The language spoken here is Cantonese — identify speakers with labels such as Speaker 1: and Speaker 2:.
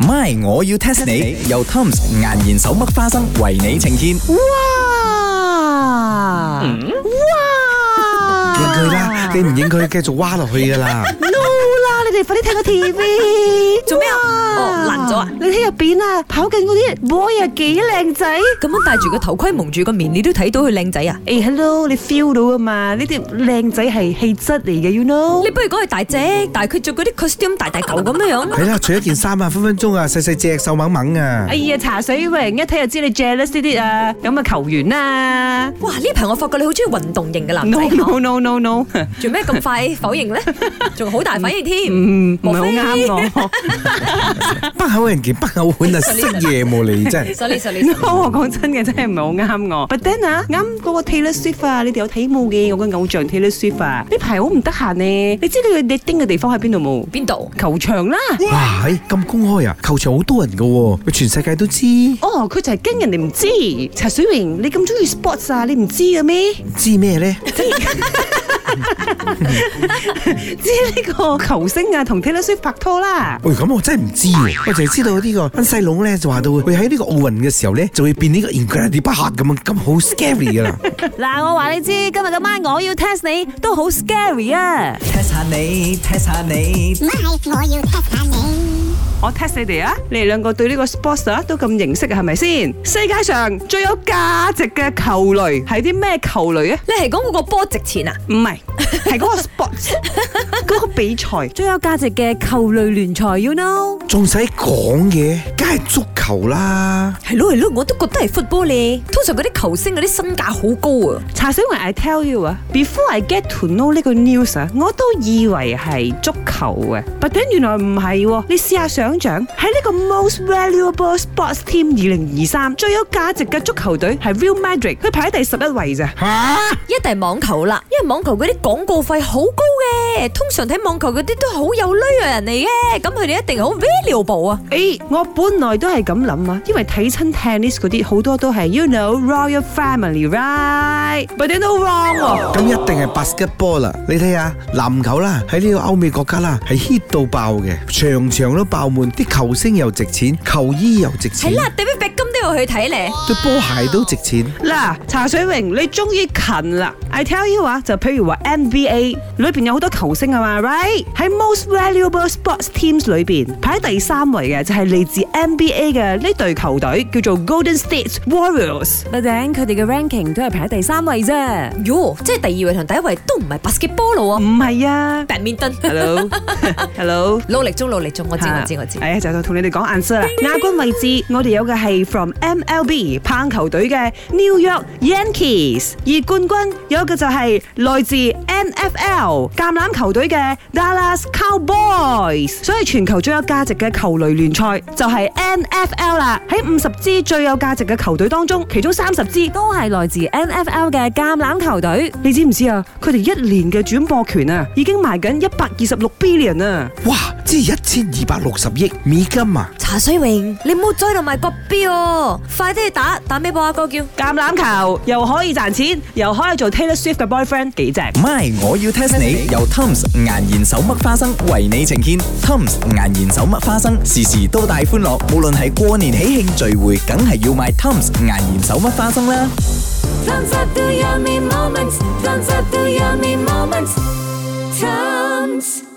Speaker 1: My，我要 test 你。由 Tom's 岩鹽手剝花生為你呈現。
Speaker 2: 哇！哇！
Speaker 3: 應佢啦，你唔應佢，繼續挖落去噶啦。
Speaker 2: No 啦，你哋快啲睇個 TV。
Speaker 4: 做咩啊
Speaker 2: 哇
Speaker 4: 哦爛咗啊
Speaker 2: 你睇入邊啊，跑緊嗰啲 boy 啊幾靚仔。
Speaker 4: 咁樣戴住個頭盔蒙住個面，你都睇到佢靚仔啊！
Speaker 2: 誒，hello，你 feel 到啊嘛？呢啲靚仔係氣質嚟嘅，you know
Speaker 4: 你。不如講佢大隻，但係佢着嗰啲 costume 大大嚿咁樣 樣。
Speaker 3: 係啦，除一件衫啊，分分鐘啊，細細隻，瘦猛猛啊
Speaker 2: 哎。呀，茶水榮一睇就知你 jealous à. 呢啲啊咁嘅球員啦。
Speaker 4: 哇！呢排我發覺你好中意運動型嘅男
Speaker 2: No
Speaker 4: 仔，
Speaker 2: no no no no，
Speaker 4: 哦做咩咁快否認 咧？仲好大反應添，
Speaker 2: 嗯，唔
Speaker 4: 莫
Speaker 2: 係好啱
Speaker 4: 非
Speaker 2: 我。
Speaker 3: 北哎口人見北口碗啊，識嘢冇 你真係。
Speaker 4: Sorry sorry，
Speaker 2: No，我講真嘅真係唔係好啱我。But then 啊，啱嗰個 Taylor Swift 啊，你哋有睇冇嘅？我嘅偶像 Taylor Swift 啊，呢排好唔得閒呢。你知佢哋叮嘅地方喺邊度冇？
Speaker 4: 邊度？
Speaker 2: 球場啦。
Speaker 3: 哇，係咁公開啊！球場好多人噶喎，全世界都知。
Speaker 2: 哦，佢就係驚人哋唔知。茶水榮，你咁中意 sports 啊？你唔知嘅咩？
Speaker 3: 知咩咧？
Speaker 2: 知呢個球星啊，同 Taylor Swift 拍拖啦。
Speaker 3: 喂，咁我真係唔知喎，我淨係知道呢個恩西佬咧就話到佢喺呢個奧運嘅時候咧就會變呢個 Incredible Hulk 咁樣咁好 scary 噶啦。
Speaker 4: 嗱，我話你知，今日嘅晚我要 test 你，都好 scary 啊！
Speaker 1: test 下你，test 下你
Speaker 5: My，我要 test 下你。
Speaker 2: 我 test 你哋啊，你哋兩個對呢個 sports 啊都咁認識啊，係咪先？世界上最有價值嘅球類係啲咩球類啊？
Speaker 4: 你係講嗰個波值錢啊？
Speaker 2: 唔係，係嗰個 sports 嗰個比賽。
Speaker 4: 最有價值嘅球類聯賽，you know？
Speaker 3: 仲使講嘅，梗係足球啦。
Speaker 4: 係咯係咯，我都覺得係 football 咧。通常嗰啲球星嗰啲身價好高啊，
Speaker 2: 查小文，I tell you 啊，before I get to know 呢個 news 啊，我都以為係足球嘅，but then 原來唔係喎。你試下想像喺呢個 most valuable sports team 二零二三最有價值嘅足球隊係 Real Madrid，佢排喺第十一位咋。
Speaker 4: 一定係網球啦，因為網球嗰啲廣告費好高嘅，通常睇網球嗰啲都好有鐳嘅人嚟嘅，咁佢哋一定好 valuable 啊。
Speaker 2: 誒，我本來都係咁諗啊，因為睇親 tennis 嗰啲好多都係 you know royal family right，but then no wrong 喎。
Speaker 3: 咁一定係 basketball 啦，你睇下籃球啦，喺呢個歐美國家啦，係 hit 到爆嘅，場場都爆滿，啲球星又值錢，球衣又值錢
Speaker 4: 係，啦，David Beckham 都要去睇咧。
Speaker 3: 對波鞋都值錢。
Speaker 2: 嗱，茶水榮，你終於近啦！I tell you 啊，就譬如話 NBA 裏邊有好多球星啊嘛，right 喺 most valuable sports teams 裏邊排喺第三位嘅就係嚟自 NBA 嘅呢隊球隊叫做 Golden State Warriors。
Speaker 6: 咪頂佢哋嘅 ranking 都係排喺第三位啫。
Speaker 4: 喲，即係第二位同第一位都唔係 basketball 咯
Speaker 2: 唔
Speaker 4: 喎
Speaker 2: 係啊
Speaker 4: badminton。
Speaker 2: ，hello，hello。
Speaker 4: 努力中，努力中，我知我知我知。
Speaker 2: 係啊，就同你哋講 answer 啦。亞軍位置我哋有嘅係 from MLB 棒球隊嘅 New York Yankees，而冠軍有嘅就係來自 NFL 橄欖球隊嘅 Dallas Cowboys。所以全球最有價值嘅球類聯賽就係 NFL 啦。喺五十支最有價值嘅球隊當中，其中三十支
Speaker 6: 都係來自 NFL 嘅橄欖球隊，
Speaker 2: 你知唔知啊？佢哋一年嘅轉播權啊，已經賣緊一百二十六 billion 啊！
Speaker 3: 哇，即係一千二百六十億美金啊！
Speaker 4: 茶水榮，你唔好再喺度賣國標哦，快啲去打打咩波啊？嗰個叫
Speaker 2: 橄欖球又可以賺錢，又可以做 Taylor Swift 嘅 boyfriend，幾正！
Speaker 1: ，My，我要 test 你。由 Tom's 岩鹽手剝花生為你呈現。Tom's 岩鹽手剝花生時時都帶歡樂，無論係過年喜慶聚會，梗係要買 Tom's 岩鹽手剝花生啦。
Speaker 6: Moments,